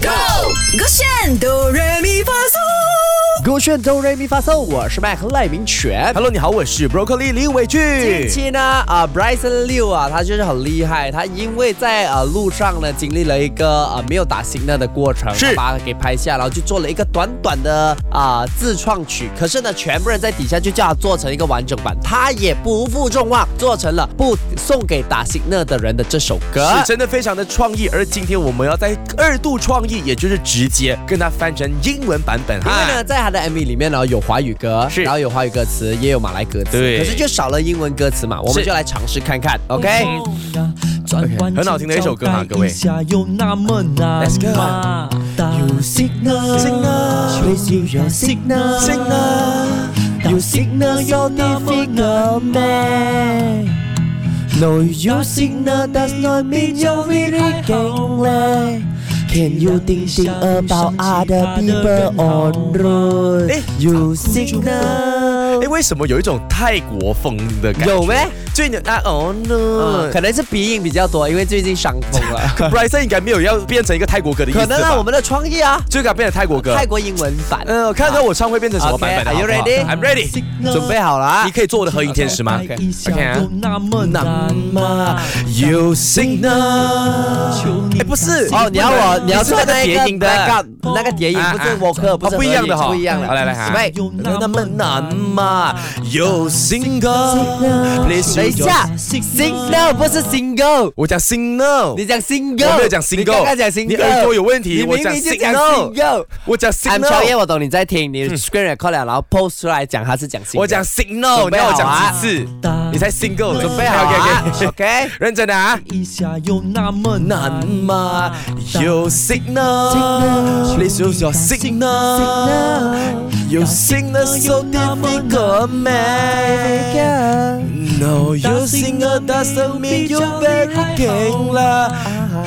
Go，勾选哆来咪发嗦。勾选哆瑞咪发嗦，我是麦克赖明全。 Hello，你好，我是 Broccoli 李伟近俊。期呢，啊，Bryson Liu 啊，他就是很厉害，他因为在呃路上呢，经历了一个呃没有打 signal 的过程，他是把它给拍下，然后就做了一个短短的啊、自创曲。可是呢，全部人在底下就叫他做成一个完整版，他也不负众望，做成了不送给打 signal 的人的这首歌。是真的非常的创意，而今天我们要再二度创意，也就是直接跟它翻成英文版本因哈。为呢，在他的 MV 里面呢有华语歌，啊是然后有华语歌词，也有马来歌词，对可是就少了英文歌词嘛，我们是嗯就来尝试看看，OK？很好听的一首歌哈各位有那么难 Let's go 吗有 signal Signal 确实有 signal Signal 有 signal 有 difficult man No your signal does not mean you're really 嗯 gangland Can you think think about other people on road 哎 You signal 哎，为什么有一种泰国风的感觉？有咩？最牛啊哦 no！嗯，可能是鼻音比较多，因为最近伤风 了。 Bryson 应该没有要变成一个泰国歌的意思可吧？能啊，我们的创意啊，最该变成泰国歌。泰国英文版。嗯、我看看我唱会变成什么版本的 Okay, 好 are 不 you 好 ready? I'm ready。准备好了啊你？可以做我的合影天使吗 OK， OK 啊有那么难吗？ You 啊 signal。求你哎，不是哦，你要我，你要是做那个那一叠音的那个那个叠音，啊不是啊我克，不是哦不一样的合影哈不一样的。好来来来喂，有那么难吗？You signal。Please 啊啊等一下 Signal ，single 不是 single，我讲 signal。你讲 single，我没有讲 single，你刚刚讲 single，你耳朵有问题你我明讲明就讲 signal single。我讲 I'm 超越 signal。我懂你在听，你 Ừ. screen record 了，然后 post 出来讲他是讲 single，我讲 signal，准备你要好我啊讲几次？你才 single 准备好 Ừ, OK OK 啊 OK， ，OK。 认真的啊。一下有那么难难吗？吗有 signal, please use your signal. Your signal so difficult, man. No, your signal doesn't mean you're very king lah.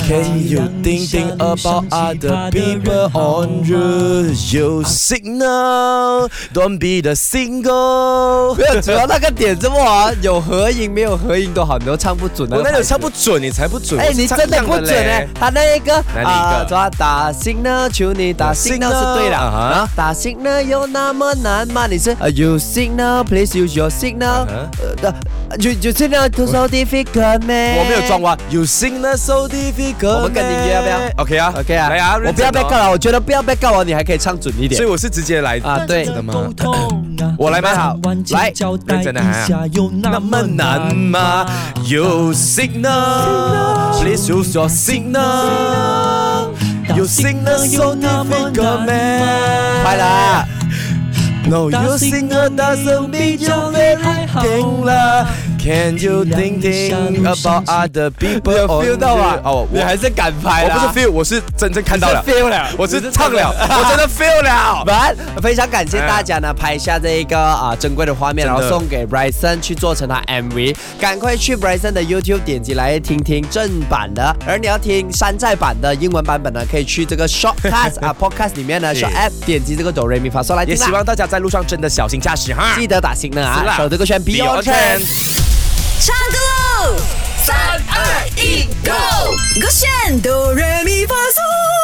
Can you think think about other people on you? Your signal, don't be the single. 没有，主要那个点这么啊，有合影没有合影都好，你都唱不准的。我那有唱不准，你才不准。哎，我是你唱真的一样不准嘞哎、他那一个哪里一个啊，抓、打星呢，求你打星呢是对的。 Signal，啊哈然后打星呢有那么难吗？你是呃、you signal, please use your signal 啊哈呃的、you you signal to so difficult man。我没有装。弯。You sing the so difficult。我们跟你约要不要？OK 啊 OK 啊，来啊，我不要被告了。了，我觉得不要被告了，你还可以唱准一点所以。我是直接来啊对真的吗？我我来来吧，吧好，来来，认真认的真的喊喊啊啊！那么那么难难吗吗？？You signal, please use your signal. You signal so difficult, man. 快啦！ No, you signal doesn't mean you're very king lah. Can you think think about other people? 有 on feel 到啊 you？？哦，你我还是敢拍我啦？不是 feel，我是真正看到了你是 feel 了我你是是唱了，真的我真的 feel 了。完，非常感谢大家呢，拍下这一个啊珍贵的画面，然真的后送给 Bryson 去做成他 MV。赶快去 Bryson 的 YouTube 点击来听听正版的，而你要听山寨版的英文版本呢，可以去这个 Shortcast 啊 Podcast 里面呢是 Short App 点击这个哆瑞咪发嗦来 也听希啦。望大家在路上真的小心驾驶哈。 记得打星呢是啊，啦手这个选 Be Beyond on trend Trend。唱歌喽！三二一，Go！勾选哆来咪发嗦。